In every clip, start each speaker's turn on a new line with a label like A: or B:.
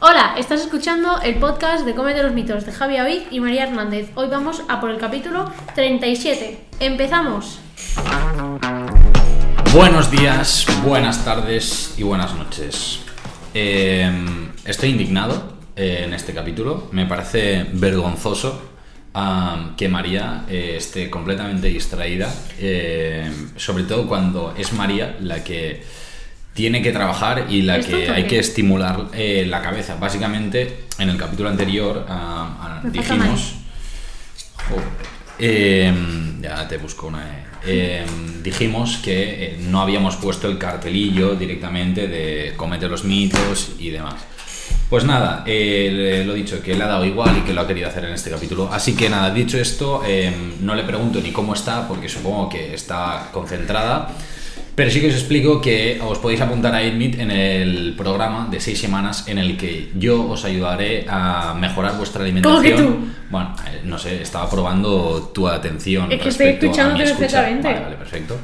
A: Hola, estás escuchando el podcast de Comete los mitos de Javi Avid y María Hernández. Hoy vamos a por el capítulo 37. Empezamos.
B: Buenos días, buenas tardes y buenas noches. Eh, estoy indignado eh, en este capítulo. Me parece vergonzoso ah, que María eh, esté completamente distraída, eh, sobre todo cuando es María la que tiene que trabajar y la
A: ¿Es
B: que
A: tonto o
B: hay
A: qué?
B: que estimular eh, la cabeza. Básicamente, en el capítulo anterior ah, ah,
A: Me falta
B: dijimos... Joder. Eh, ya te busco una. eh. Eh, dijimos que eh, no habíamos puesto el cartelillo directamente de comete los mitos y demás. Pues nada, eh, le- lo dicho, que le ha dado igual y que lo ha querido hacer en este capítulo. Así que nada, dicho esto, eh, no le pregunto ni cómo está, porque supongo que está concentrada. Pero sí que os explico que os podéis apuntar a ITMIT en el programa de seis semanas en el que yo os ayudaré a mejorar vuestra
A: ¿Cómo
B: alimentación.
A: que tú?
B: Bueno, eh, no sé, estaba probando tu atención.
A: Es que estoy
B: respecto a
A: escuchándote
B: mi escucha.
A: perfectamente.
B: Vale, vale, perfecto.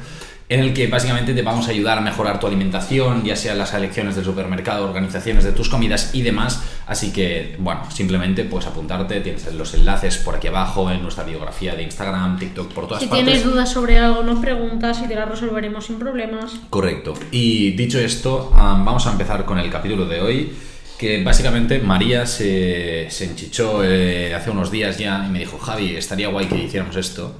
B: En el que básicamente te vamos a ayudar a mejorar tu alimentación, ya sea las elecciones del supermercado, organizaciones de tus comidas y demás. Así que, bueno, simplemente puedes apuntarte, tienes los enlaces por aquí abajo, en nuestra biografía de Instagram, TikTok, por todas
A: Si
B: partes.
A: tienes dudas sobre algo, nos preguntas y te las resolveremos sin problemas.
B: Correcto. Y dicho esto, am, vamos a empezar con el capítulo de hoy, que básicamente María se, se enchichó eh, hace unos días ya y me dijo, Javi, estaría guay que hiciéramos esto,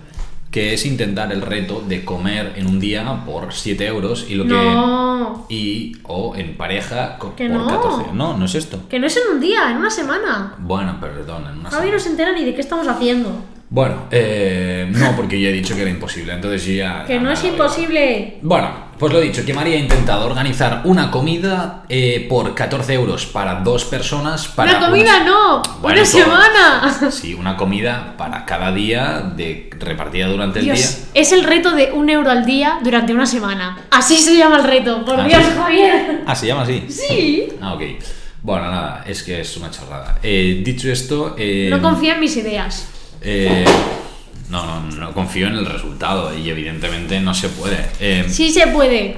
B: que es intentar el reto de comer en un día por 7 euros y lo
A: No.
B: que... Y o en pareja co-
A: Que
B: por
A: no.
B: 14. No, no es esto.
A: Que no es en un día, en una semana.
B: Bueno, perdón, en una
A: Javi no
B: semana.
A: se entera ni de qué estamos haciendo.
B: Bueno, eh, no, porque yo he dicho que era imposible, entonces yo ya...
A: Que
B: ya
A: no
B: me
A: es
B: la doy.
A: imposible.
B: Bueno, pues lo he dicho, que María ha intentado organizar una comida eh, por 14 euros para dos personas. Para
A: Una comida
B: unas-
A: no.
B: Bueno,
A: una
B: todos.
A: semana.
B: Sí, una comida para cada día, de, repartida durante el día.
A: Dios, es el reto de un euro al día durante una semana. Así se llama el reto. Por
B: Ah,
A: Dios,
B: sí.
A: Javier.
B: Ah, se llama así.
A: Sí.
B: Ah, ok. Bueno, nada, es que es una charrada. Eh, dicho esto. eh,
A: No confía en mis ideas.
B: eh, no, no, no confío en el resultado y evidentemente no se puede. Eh,
A: Sí se puede.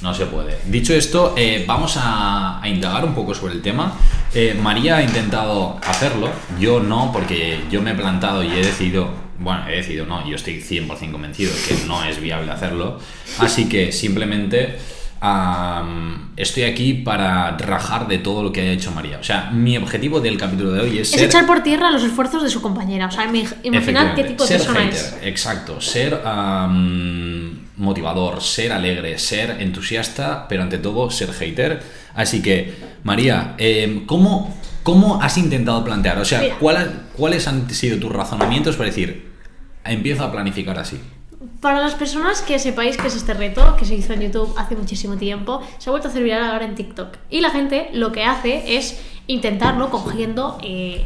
B: No se puede. Dicho esto, eh, vamos a, a indagar un poco sobre el tema. Eh, María ha intentado hacerlo, yo no, porque yo me he plantado y he decidido, bueno, he decidido no, yo estoy 100% convencido que no es viable hacerlo. Así que simplemente am, estoy aquí para rajar de todo lo que haya hecho María. O sea, mi objetivo del capítulo de hoy es,
A: Es
B: ser...
A: echar por tierra los esfuerzos de su compañera. O sea, imag- imaginad qué
B: Efectivamente.
A: tipo de
B: ser
A: persona
B: hater,
A: es.
B: Exacto, ser am, motivador, ser alegre, ser entusiasta, pero ante todo ser hater. Así que, María, em, ¿cómo, ¿cómo has intentado plantear? O sea,
A: Mira.
B: ¿cuál ha- ¿cuáles han sido tus razonamientos para decir, empiezo a planificar así?
A: Para las personas que sepáis que es este reto, que se hizo en YouTube hace muchísimo tiempo, se ha vuelto a hacer viral ahora en TikTok. Y la gente lo que hace es intentarlo cogiendo, eh,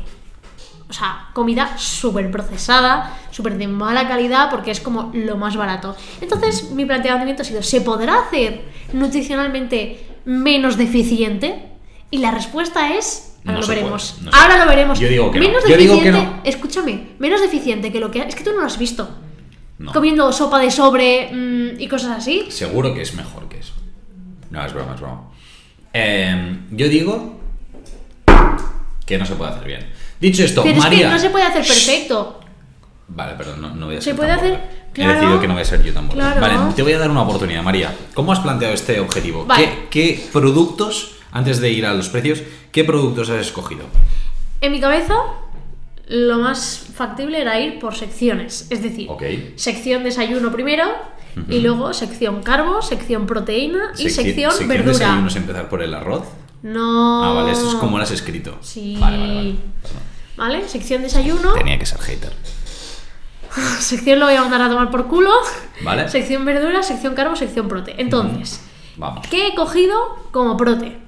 A: o sea, comida súper procesada, súper de mala calidad, porque es como lo más barato. Entonces, mi planteamiento ha sido, ¿se podrá hacer nutricionalmente menos deficiente? Y la respuesta es... Ahora
B: No
A: lo
B: se puede,
A: veremos.
B: no se
A: ahora
B: puede.
A: lo veremos.
B: Yo digo que no.
A: menos
B: Yo digo que
A: deficiente-
B: no.
A: Escúchame, menos deficiente que lo que... Es que tú no lo has visto
B: No.
A: comiendo sopa de sobre mm, y cosas así.
B: Seguro que es mejor que eso. No, es broma, es broma. Em, yo digo que no se puede hacer bien. Dicho esto,
A: Pero es
B: María.
A: que no se puede hacer
B: Shh.
A: perfecto.
B: Vale, perdón, no, no voy a
A: Se
B: ser
A: puede
B: tan
A: hacer-
B: borde.
A: claro,
B: He decidido que no voy a ser yo tampoco.
A: claro.
B: Vale, te voy a dar una oportunidad, María. ¿Cómo has planteado este objetivo?
A: Vale.
B: ¿Qué, qué productos, antes de ir a los precios, qué productos has escogido?
A: En mi cabeza, lo más factible era ir por secciones. Es decir,
B: Ok.
A: sección desayuno primero. Y luego sección carbo, sección proteína y
B: Secci-
A: sección,
B: sección
A: verdura.
B: desayunos, empezar por el arroz.
A: No.
B: Ah, vale, esto es como lo has escrito.
A: Sí.
B: Vale, vale, vale. Perdón.
A: ¿Vale? Sección desayuno.
B: Tenía que ser hater.
A: Sección lo voy a mandar a tomar por culo.
B: Vale.
A: Sección verdura, sección carbo, sección prote. Entonces,
B: Vamos.
A: ¿Qué he cogido como prote?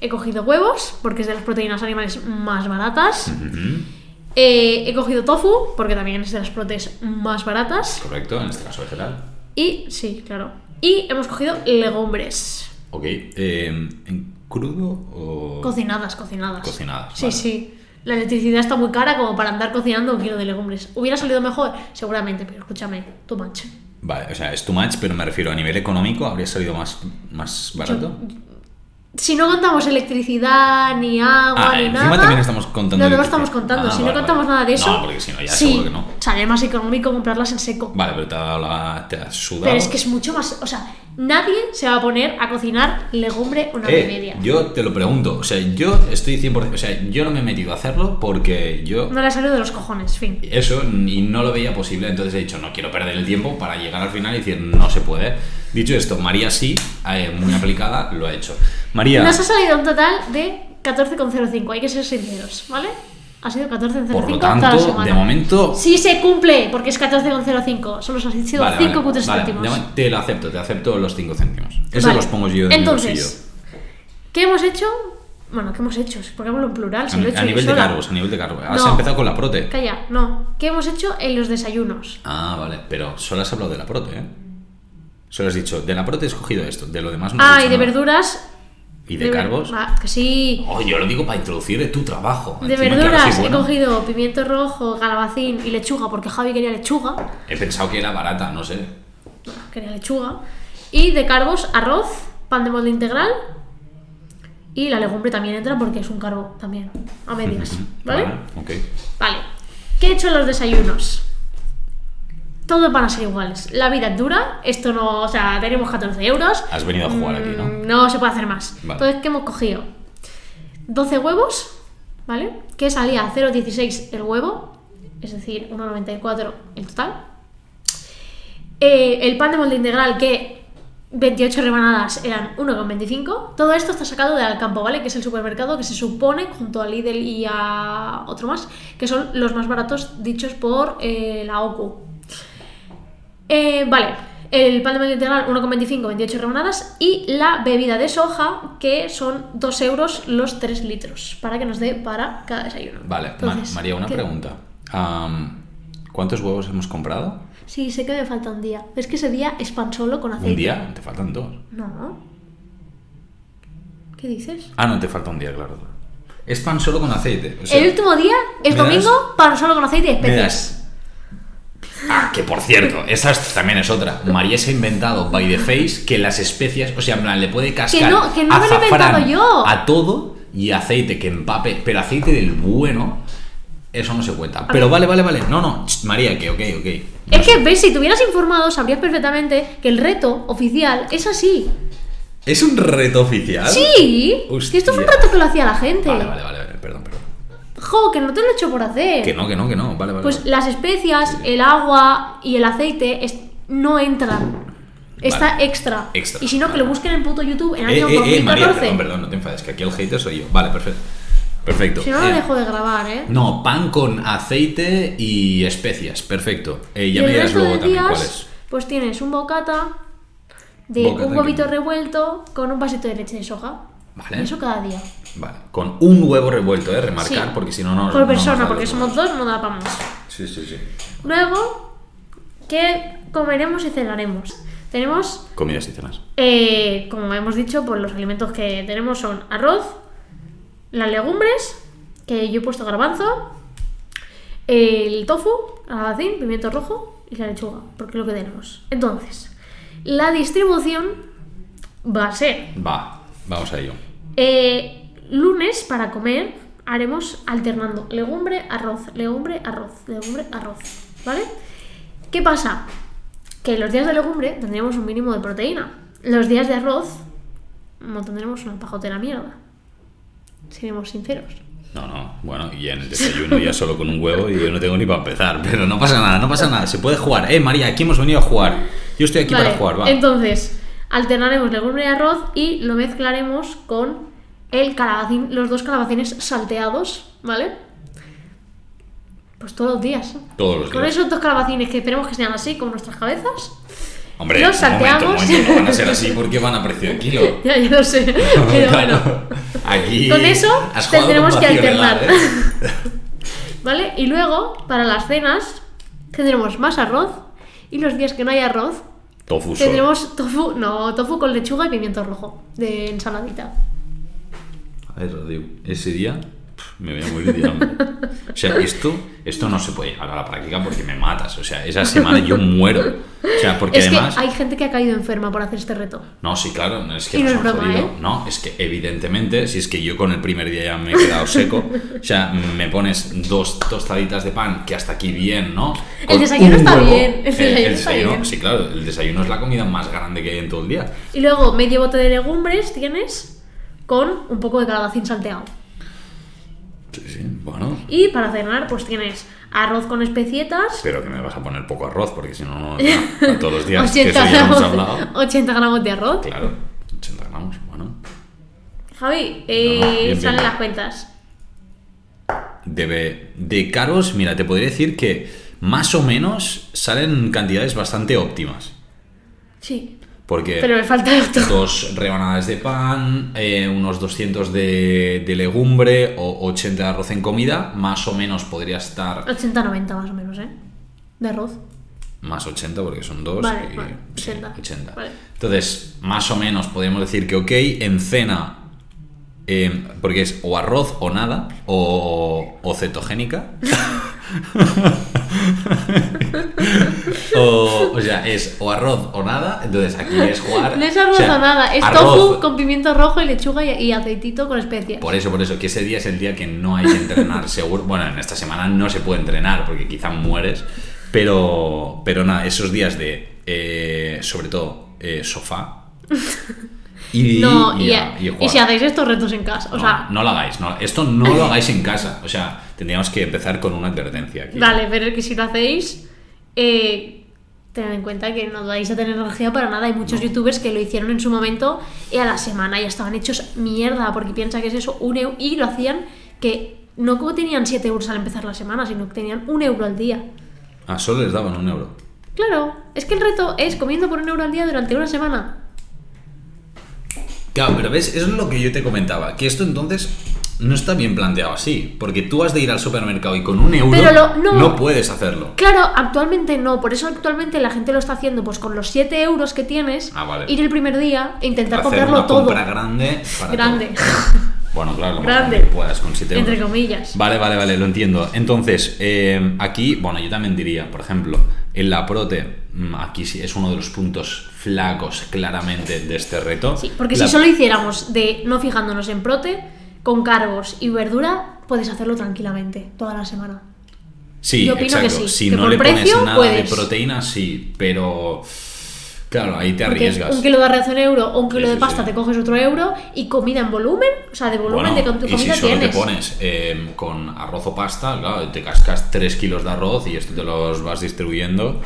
A: He cogido huevos, porque es de las proteínas animales más baratas.
B: Ujú.
A: Eh, he cogido tofu, porque también es de las protes más baratas.
B: Correcto, en este caso vegetal.
A: Y, sí, claro. Y hemos cogido legumbres.
B: Ok. eh, ¿en ¿Crudo o...?
A: Cocinadas, cocinadas.
B: Cocinadas,
A: Sí,
B: vale.
A: sí. La electricidad está muy cara como para andar cocinando un kilo de legumbres. Hubiera salido mejor, seguramente, pero escúchame, too much.
B: Vale, o sea, es too much, pero me refiero a nivel económico, ¿habría salido más, más barato?
A: si no contamos electricidad, ni agua,
B: Ah,
A: ni
B: encima
A: nada.
B: también estamos contando
A: No, no lo
B: electricidad.
A: estamos contando.
B: Ah,
A: si no
B: vale,
A: contamos
B: vale.
A: nada de eso.
B: No, porque si no, ya
A: sí,
B: seguro que no.
A: Sale más económico comprarlas en seco.
B: Vale, pero te ha dado la. Te has sudado.
A: Pero es que es mucho más. O sea, nadie se va a poner a cocinar legumbre una hora y
B: Eh,
A: media.
B: Yo te lo pregunto, o sea, yo estoy 100%, o sea, yo no me he metido a hacerlo porque yo
A: No le ha salido de los cojones, fin.
B: eso y no lo veía posible, entonces he dicho, no quiero perder el tiempo para llegar al final y decir, no se puede. Dicho esto, María sí, eh, muy aplicada, lo ha hecho. María,
A: Nos ha salido un total de 14,05, hay que ser sinceros, ¿vale? Ha sido 14,05
B: por lo
A: toda la
B: tanto,
A: semana.
B: de momento...
A: Sí se cumple, porque es 14,05, solo se han sido
B: Vale,
A: 5
B: vale,
A: cutres
B: vale,
A: céntimos.
B: de momento Te lo acepto, te acepto los 5 céntimos. Eso
A: Vale.
B: los pongo yo en mi bolsillo.
A: Entonces, ¿qué hemos hecho? Bueno, ¿qué hemos hecho? Pongámoslo en plural, si lo he hecho
B: A, a
A: yo
B: nivel de
A: sola.
B: cargos, a nivel de cargos. Has
A: No.
B: empezado con la prote.
A: Calla, no. ¿Qué hemos hecho en los desayunos?
B: Ah, vale, pero solo has hablado de la prote, ¿eh? Solo has dicho, de la prote he escogido esto, de lo demás no. he
A: ah,
B: dicho
A: y de
B: nada.
A: verduras.
B: ¿Y de, cargos?
A: Ah, que sí.
B: Oh, yo lo digo para introducir tu trabajo.
A: De
B: Encima que ahora
A: verduras
B: soy
A: he
B: bueno.
A: cogido pimiento rojo, calabacín y lechuga, porque Javi quería lechuga.
B: He pensado que era barata, no sé.
A: quería lechuga. Y de cargos, arroz, pan de molde integral. Y la legumbre también entra porque es un carbo también, a medias. ¿Vale?
B: ok.
A: Vale. ¿Qué he hecho en los desayunos? Todo van a ser iguales. La vida es dura, esto no, o sea, tenemos 14 euros.
B: Has venido a jugar aquí, ¿no?
A: Mm, No se puede hacer más.
B: Vale.
A: Entonces, ¿qué hemos cogido? 12 huevos, ¿vale? Que salía a 0,16 el huevo, es decir, 1,94 el total. Eh, el pan de molde integral, que 28 rebanadas eran 1,25. Todo esto está sacado de Alcampo, ¿vale? Que es el supermercado que se supone, junto a Lidl y a otro más, que son los más baratos dichos por eh, la OCU. Eh, vale, el pan de molde integral 1,25, 28 rebanadas y la bebida de soja que son 2 euros los 3 litros para que nos dé para cada desayuno.
B: Vale, Ma-
A: Entonces,
B: María, una
A: ¿qué?
B: pregunta. Am, ¿Cuántos huevos hemos comprado?
A: Sí, sé que me falta un día. Es que ese día es pan solo con aceite.
B: ¿Un día? Te faltan dos.
A: No. ¿Qué dices?
B: Ah, no, te falta un día, claro. Es pan solo con aceite. o sea,
A: el último día, el
B: ¿me das-
A: domingo, pan solo con aceite y
B: me
A: especias.
B: das- Ah, que por cierto, esa es- también es otra. María se ha inventado by the face que las especias, o sea, en plan, le puede cascar
A: Que no, que no me lo he
B: azafrán
A: inventado yo.
B: a todo y aceite que empape, pero aceite del bueno, eso no se cuenta. Pero vale, vale, vale. No, no, ch, María, que ok, ok.
A: Es que, ves, si te hubieras informado, sabrías perfectamente que el reto oficial es así.
B: ¿Es un reto oficial?
A: Sí,
B: Hostia.
A: si esto es un reto que lo hacía la gente.
B: Vale, vale, vale, vale, perdón, perdón.
A: Jo, que no te lo he hecho por hacer.
B: Que no, que no, que no, vale, vale.
A: Eh. Pues
B: vale.
A: las especias, el agua y el aceite es- no entran. Está
B: Vale.
A: extra.
B: Extra.
A: Y si no, que lo busquen en puto YouTube en
B: Eh,
A: año
B: eh, eh,
A: 2014.
B: María, perdón, perdón, no te enfades, que aquí el hater soy yo. Vale, perfecto. Perfecto.
A: Si no, lo
B: Eh,
A: dejo de grabar, ¿eh?
B: No, pan con aceite y especias, perfecto. Eh, ya
A: y
B: me
A: el
B: dirás
A: resto
B: luego
A: de
B: también
A: días,
B: cuál es.
A: pues tienes un bocata de
B: Bocata
A: un
B: que-
A: huevito revuelto con un vasito de leche de soja.
B: Vale.
A: Y Eso cada día.
B: Vale, con un huevo revuelto, eh, remarcar,
A: Sí.
B: porque si no, no.
A: Por
B: no
A: persona,
B: nos da
A: porque
B: los
A: somos
B: huevos.
A: dos, no da para más.
B: Sí, sí, sí.
A: Luego, ¿qué comeremos y cenaremos? Tenemos
B: Comidas y cenas.
A: Eh, como hemos dicho, pues los alimentos que tenemos son arroz, las legumbres, que yo he puesto garbanzo, el tofu, alabacín, pimiento rojo y la lechuga, porque es lo que tenemos. Entonces, la distribución va a ser
B: Va, vamos a ello.
A: eh, lunes para comer haremos alternando legumbre, arroz, legumbre, arroz, legumbre, arroz. ¿Vale? ¿Qué pasa? Que los días de legumbre tendremos un mínimo de proteína. Los días de arroz no tendremos una pajotera mierda. Seremos sinceros.
B: No, no, bueno, y en el desayuno ya solo con un huevo y yo no tengo ni para empezar, pero no pasa nada, no pasa nada, se puede jugar. Eh, María, aquí hemos venido a jugar. Yo estoy aquí
A: Vale,
B: para jugar, va.
A: Entonces, alternaremos legumbre y arroz y lo mezclaremos con el calabacín, los dos calabacines salteados, ¿vale? Pues todos los días. ¿eh?
B: Todos los
A: Con
B: días.
A: esos dos calabacines que esperemos que sean así, como nuestras cabezas.
B: Hombre,
A: los
B: un momento, un
A: salteamos.
B: momento, no van a ser así porque van a precio de kilo.
A: Ya, ya lo sé. Pero bueno.
B: Claro. Aquí
A: Con eso
B: has jugado
A: tendremos
B: con
A: que
B: vacío legal,
A: alternar.
B: ¿eh?
A: ¿Vale? Y luego, para las cenas, tendremos más arroz. Y los días que no hay arroz,
B: Tofu solo.
A: tendremos tofu. No, tofu con lechuga y pimiento rojo. De ensaladita.
B: A ver, Rodiu, ese día pff, me voy a morir de hambre. O sea, esto, esto no se puede llevar a la práctica porque me matas. O sea, esa semana yo muero. O sea, porque
A: es
B: además.
A: que hay gente que ha caído enferma por hacer este reto.
B: No, sí, claro, no es que
A: Y no
B: nos
A: es
B: han
A: broma,
B: jodido.
A: ¿eh?
B: No, es que evidentemente, si es que yo con el primer día ya me he quedado seco, o sea, me pones dos tostaditas de pan, que hasta aquí bien, ¿no? Con
A: El desayuno
B: un
A: está
B: huevo.
A: bien, el
B: Eh,
A: desayuno está bien.
B: sí, claro, el desayuno es la comida más grande que hay en todo el día.
A: Y luego medio bote de legumbres tienes con un poco de calabacín salteado.
B: Sí, sí, bueno.
A: Y para cenar pues tienes arroz con especietas,
B: Pero que me vas a poner poco arroz, porque si no, no, no, todos los días, que eso
A: 80
B: ya hemos
A: gramos,
B: hablado.
A: 80 gramos de arroz.
B: Claro, 80 gramos, bueno.
A: Javi,
B: No, no, bien,
A: eh,
B: bien,
A: salen
B: bien.
A: las cuentas.
B: De, de caros, mira, te podría decir que más o menos salen cantidades bastante óptimas.
A: Sí.
B: Porque
A: Pero me falta esto.
B: dos rebanadas de pan, eh, unos 200 de, de legumbre o 80 de arroz en comida, más o menos podría estar
A: 80-90 más o menos, ¿eh? De arroz.
B: más 80 porque son dos.
A: Vale,
B: y-
A: vale,
B: sí,
A: 80,
B: 80.
A: vale.
B: Entonces, más o menos podríamos decir que ok, en cena, eh, porque es o arroz o nada, o, o cetogénica. o, o sea, es o arroz o nada, entonces aquí es jugar.
A: No es arroz
B: o sea,
A: o nada, es
B: arroz- Pues
A: tofu con pimiento rojo y lechuga y, y aceitito con especias.
B: Por eso, por eso, que ese día es el día que no hay que entrenar, seguro. Bueno, en esta semana no se puede entrenar porque quizá mueres, pero, pero nada, esos días de, eh, sobre todo, eh, sofá. Y,
A: no, y,
B: a- y
A: y
B: a jugar.
A: si hacéis estos retos en casa, o
B: No,
A: sea,
B: no lo hagáis, no, esto no lo hagáis en casa. O sea, tendríamos que empezar con una advertencia aquí.
A: vale, pero es que si lo hacéis, eh, tened en cuenta que no vais a tener energía para nada. Hay muchos youtubers que lo hicieron en su momento y a la semana ya estaban hechos mierda, porque piensa que es eso, un euro, y lo hacían que no como tenían 7 euros al empezar la semana, sino que tenían un euro al día.
B: A Ah, solo les daban un euro.
A: Claro, es que el reto es comiendo por un euro al día durante una semana.
B: Claro, pero ves, eso es lo que yo te comentaba, que esto entonces no está bien planteado así, porque tú has de ir al supermercado y con un euro
A: Pero lo- no.
B: puedes hacerlo.
A: Claro, actualmente no, por eso actualmente la gente lo está haciendo pues con los 7 euros que tienes,
B: Ah, vale.
A: ir el primer día e intentar
B: hacer
A: comprarlo
B: una
A: todo.
B: compra grande para
A: Grande.
B: todo. Bueno, claro, lo más
A: Grande.
B: grande que puedas con siete
A: Entre
B: euros.
A: comillas.
B: Vale, vale, vale, lo entiendo. Entonces, eh, aquí, bueno, yo también diría, por ejemplo, en la prote, mm, aquí sí es uno de los puntos flacos claramente de este reto.
A: Sí, porque
B: La-
A: si solo hiciéramos de no fijándonos en prote, con carbos y verdura, puedes hacerlo tranquilamente toda la semana.
B: Sí,
A: yo opino
B: exacto.
A: que sí,
B: Si
A: que
B: no
A: por
B: le pones
A: precio
B: nada
A: puedes.
B: de proteína, sí, pero. Claro, ahí te
A: Porque
B: arriesgas.
A: un kilo de arroz un euro, o un kilo
B: Sí,
A: de
B: sí,
A: pasta
B: sí.
A: te coges otro euro y comida en volumen, o sea, de volumen de com- tu
B: y si
A: comida
B: solo
A: tienes.
B: te pones eh, con arroz o pasta, claro, te cascas 3 kilos de arroz y esto te los vas distribuyendo.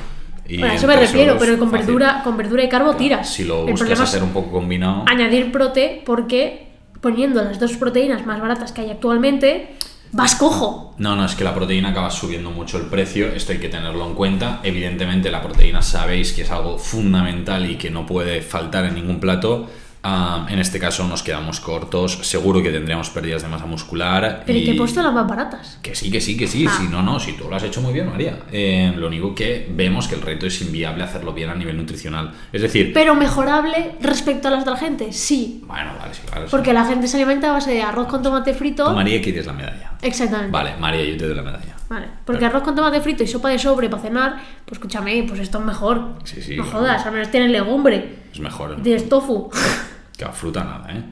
B: Y
A: Bueno, a
B: en
A: eso me
B: tres
A: refiero,
B: euros,
A: pero con
B: fácil.
A: verdura, con verdura y carbo tiras.
B: Si lo
A: El
B: buscas
A: problema es
B: hacer un poco combinado.
A: añadir prote porque poniendo las dos proteínas más baratas que hay actualmente, vas cojo.
B: No, no, es que la proteína acaba subiendo mucho el precio, esto hay que tenerlo en cuenta. Evidentemente la proteína sabéis que es algo fundamental y que no puede faltar en ningún plato. Ah, en este caso nos quedamos cortos, seguro que tendríamos pérdidas de masa muscular.
A: Pero
B: y...
A: te he puesto las más baratas.
B: Que sí, que sí, que sí.
A: Ah.
B: Si no, no, si tú lo has hecho muy bien, María. Eh, lo único que vemos que el reto es inviable hacerlo bien a nivel nutricional. Es decir,
A: Pero mejorable respecto a las de la gente, sí.
B: bueno, vale, sí, claro. sí.
A: Porque la gente se alimenta a base de arroz con tomate frito.
B: Tú, María, quieres la medalla.
A: Exactamente.
B: Vale, María, yo te doy la medalla.
A: Vale. Porque arroz con tomate frito y sopa de sobre para cenar, pues escúchame, pues esto es mejor.
B: Sí, sí,
A: No
B: claro.
A: jodas, al menos tienes legumbre.
B: Es mejor. ¿eh?
A: Tienes tofu.
B: Que a fruta nada, ¿eh?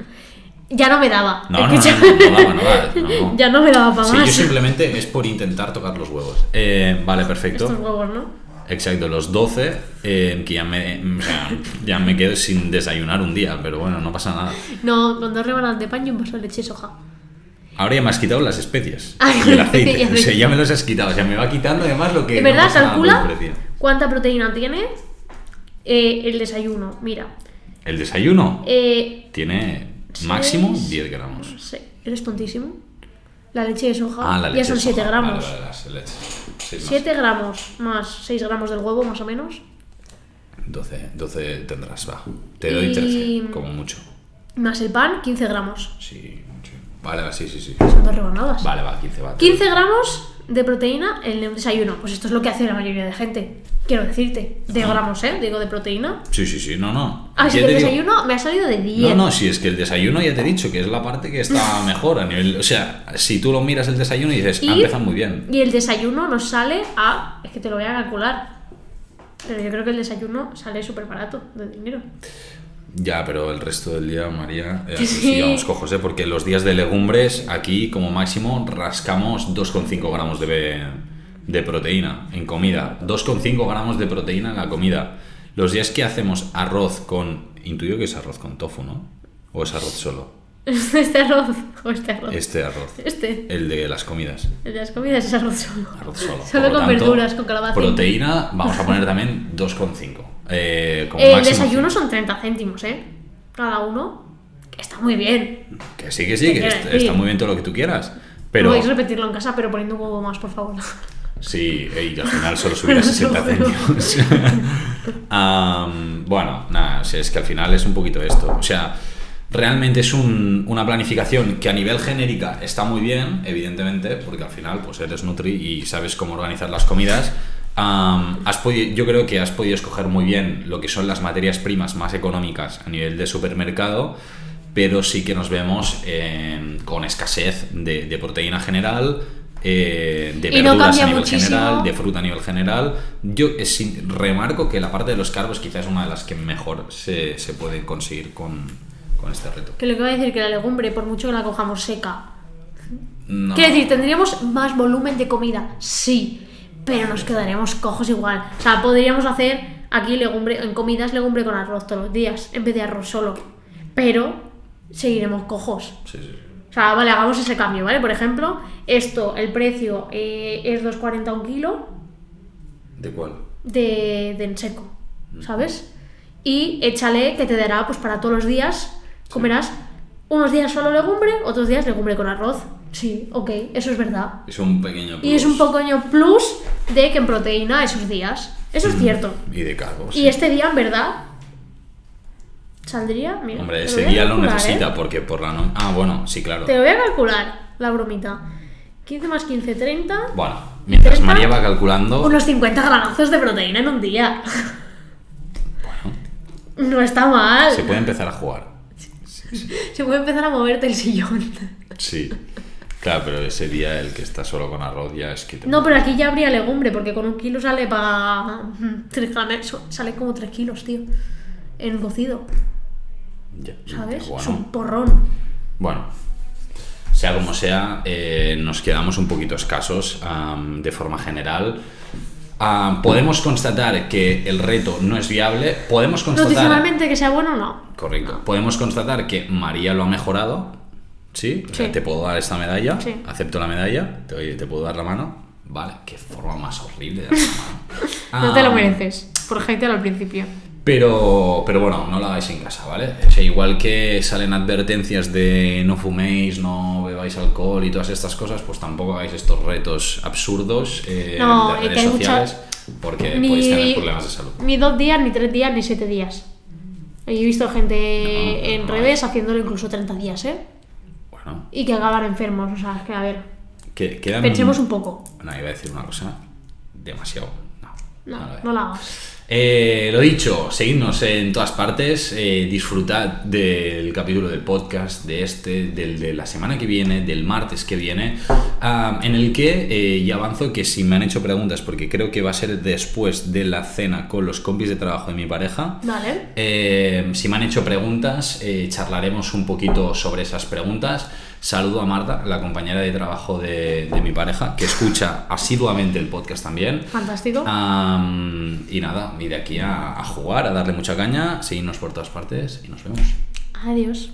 A: ya no me daba.
B: No, no, no,
A: Escúchame.
B: no, no daba, no daba, no.
A: Ya no me daba para
B: Sí, yo
A: más.
B: simplemente es por intentar tocar los huevos. Eh, vale,
A: Estos
B: perfecto.
A: huevos, ¿no?
B: Exacto, los 12, eh, que ya me, o sea, ya me quedo sin desayunar un día, pero bueno, no pasa nada.
A: No, con dos rebanadas de pan y un vaso de leche y soja.
B: Ahora ya me has quitado las especias
A: Ah,
B: y el aceite.
A: y el
B: o sea,
A: aceite.
B: ya me los has quitado. O sea, me va quitando además lo que.
A: En
B: Eh, no
A: verdad,
B: pasa nada por el
A: calcula
B: precio.
A: cuánta proteína tiene eh, el desayuno. Mira,
B: El desayuno
A: eh,
B: tiene máximo
A: seis-
B: 10 gramos.
A: no sé, eres tontísimo. La leche de soja
B: Ah, la leche.
A: ya son
B: de
A: 7
B: soja.
A: gramos.
B: Vale, vale, las leches. Seis más.
A: 7 gramos más 6 gramos del huevo, más o menos.
B: 12, 12 tendrás, va. Te doy
A: Y-
B: 13, como mucho.
A: Más el pan, 15 gramos.
B: Sí, mucho. Vale, vale, sí, sí, sí.
A: Son dos rebanadas.
B: Vale, va, 15 va.
A: 15 gramos de proteína en un desayuno. Pues esto es lo que hace la mayoría de gente. Quiero decirte. De
B: Ajá.
A: gramos, ¿eh? Digo de proteína.
B: Sí, sí, sí, no, no.
A: Así
B: Ya
A: que Ah, el
B: te digo-
A: desayuno me ha salido de 10.
B: No, no, si es que el desayuno ya te he dicho que es la parte que está mejor a nivel. O sea, si tú lo miras el desayuno y dices,
A: Y-
B: ah, empieza muy bien.
A: Y el desayuno nos sale a. Es que te lo voy a calcular. Pero yo creo que el desayuno sale súper barato de dinero.
B: Ya, pero el resto del día, María, eh,
A: Que
B: pues
A: sí.
B: sigamos cojos, ¿eh? porque los días de legumbres aquí como máximo rascamos 2,5 gramos de, be- de proteína en comida. 2,5 gramos de proteína en la comida. Los días que hacemos arroz con... Intuyo que es arroz con tofu, ¿no? ¿O es arroz solo?
A: Este arroz. O este arroz.
B: Este arroz.
A: Este.
B: El de las comidas.
A: El de las comidas es arroz solo.
B: Arroz solo.
A: Solo
B: Por lo
A: con
B: tanto,
A: verduras, con calabacín.
B: Proteína, vamos a poner también 2,5. Eh, como
A: el
B: máximo
A: desayuno
B: cinco.
A: son 30 céntimos, ¿eh? Cada uno. Que está muy bien.
B: Que sí, que sí, que
A: Quiero
B: est-
A: decir.
B: está muy bien todo lo que tú quieras. Pero
A: Podéis repetirlo en casa, pero poniendo un huevo más, por favor.
B: sí, ey, al final solo subirá 60 céntimos. Am, bueno, nada, o sea, es que al final es un poquito esto. O sea, realmente es un- una planificación que a nivel genérica está muy bien, evidentemente, porque al final pues eres nutri y sabes cómo organizar las comidas. Am, has podi- yo creo que has podido escoger muy bien lo que son las materias primas más económicas a nivel de supermercado, pero sí que nos vemos eh, con escasez de, de proteína general, eh, de
A: Y no
B: verduras
A: cambia
B: a nivel
A: muchísimo.
B: general, de fruta a nivel general. Yo eh, sí, remarco que la parte de los cargos quizás es una de las que mejor se, se pueden conseguir con, con este reto.
A: Que lo que va a decir que la legumbre, por mucho que la cojamos seca.
B: No.
A: Quiero decir, tendríamos más volumen de comida, sí, pero nos quedaríamos cojos igual. O sea, podríamos hacer aquí legumbre, en comidas legumbre con arroz todos los días, en vez de arroz solo. Pero seguiremos cojos.
B: Sí, sí, sí.
A: O sea, vale, hagamos ese cambio, ¿vale? Por ejemplo, esto, el precio eh, es 2,40 un kilo
B: ¿De cuál?
A: de, de en seco, ¿sabes? Y échale que te dará, pues para todos los días, comerás unos días solo legumbre, otros días legumbre con arroz. Sí, ok, eso es verdad.
B: Es un pequeño.
A: Y es un
B: plus.
A: pequeño plus de que en proteína esos días. Eso
B: Mm.
A: es cierto.
B: Y de cargos.
A: Y este día, en verdad, saldría. Mira, te
B: Hombre,
A: lo
B: ese
A: voy a
B: día lo
A: calcular,
B: necesita
A: ¿eh?
B: porque por la no... Ah, bueno, sí, claro.
A: Te lo voy a calcular, la bromita. 15 más 15, 30.
B: Bueno, mientras
A: 30,
B: María va calculando.
A: Unos 50 gramazos de proteína en un día. No está mal.
B: Se puede empezar a jugar.
A: Se puede empezar a moverte el sillón.
B: Sí. Claro, pero ese día el que está solo con arroz ya es que te-
A: No, pero aquí ya habría legumbre, porque con un kilo sale para. Sale como 3 kilos, tío. En cocido,
B: Ya.
A: ¿sabes?
B: Bueno.
A: Es un porrón.
B: Bueno, sea como sea, eh, nos quedamos un poquito escasos am, de forma general. Am, podemos constatar que el reto no es viable. Podemos constatar.
A: Nutricionalmente que sea bueno, no.
B: Correcto. Podemos constatar que María lo ha mejorado. ¿Sí? O sea,
A: Sí.
B: te puedo dar esta medalla.
A: Sí.
B: Acepto la medalla. Te, oye, te puedo dar la mano. Vale, qué forma más horrible de dar la mano.
A: No te lo
B: Am,
A: mereces. Por gente al principio.
B: pero, pero bueno, no lo hagáis en casa, ¿vale? O sea, igual que salen advertencias de no fuméis, no bebáis alcohol y todas estas cosas, pues tampoco hagáis estos retos absurdos eh,
A: No, y
B: de
A: que
B: redes
A: hay mucha-
B: sociales porque podéis tener problemas de salud.
A: ni dos días, ni tres días, ni siete días. He visto gente en
B: no,
A: redes haciéndolo incluso 30 días, ¿eh?
B: Bueno,
A: Y que acaban enfermos. O sea, es que a ver,
B: que, quedan...
A: pensemos un poco.
B: No, iba a decir una cosa demasiado. No,
A: No,
B: no lo
A: no,
B: es.
A: lo hagas.
B: Eh, lo dicho, seguidnos en todas partes, eh, disfrutad del capítulo del podcast, de este, del de la semana que viene, del martes que viene, ah, en el que eh, ya avanzo que si me han hecho preguntas, porque creo que va a ser después de la cena con los compis de trabajo de mi pareja,
A: Vale.
B: eh, si me han hecho preguntas, eh, charlaremos un poquito sobre esas preguntas. Saludo a Marta, la compañera de trabajo de, de mi pareja, que escucha asiduamente el podcast también.
A: Fantástico.
B: Ah. Am, y nada, y de aquí a, a jugar, a darle mucha caña, seguirnos por todas partes y nos vemos.
A: Adiós.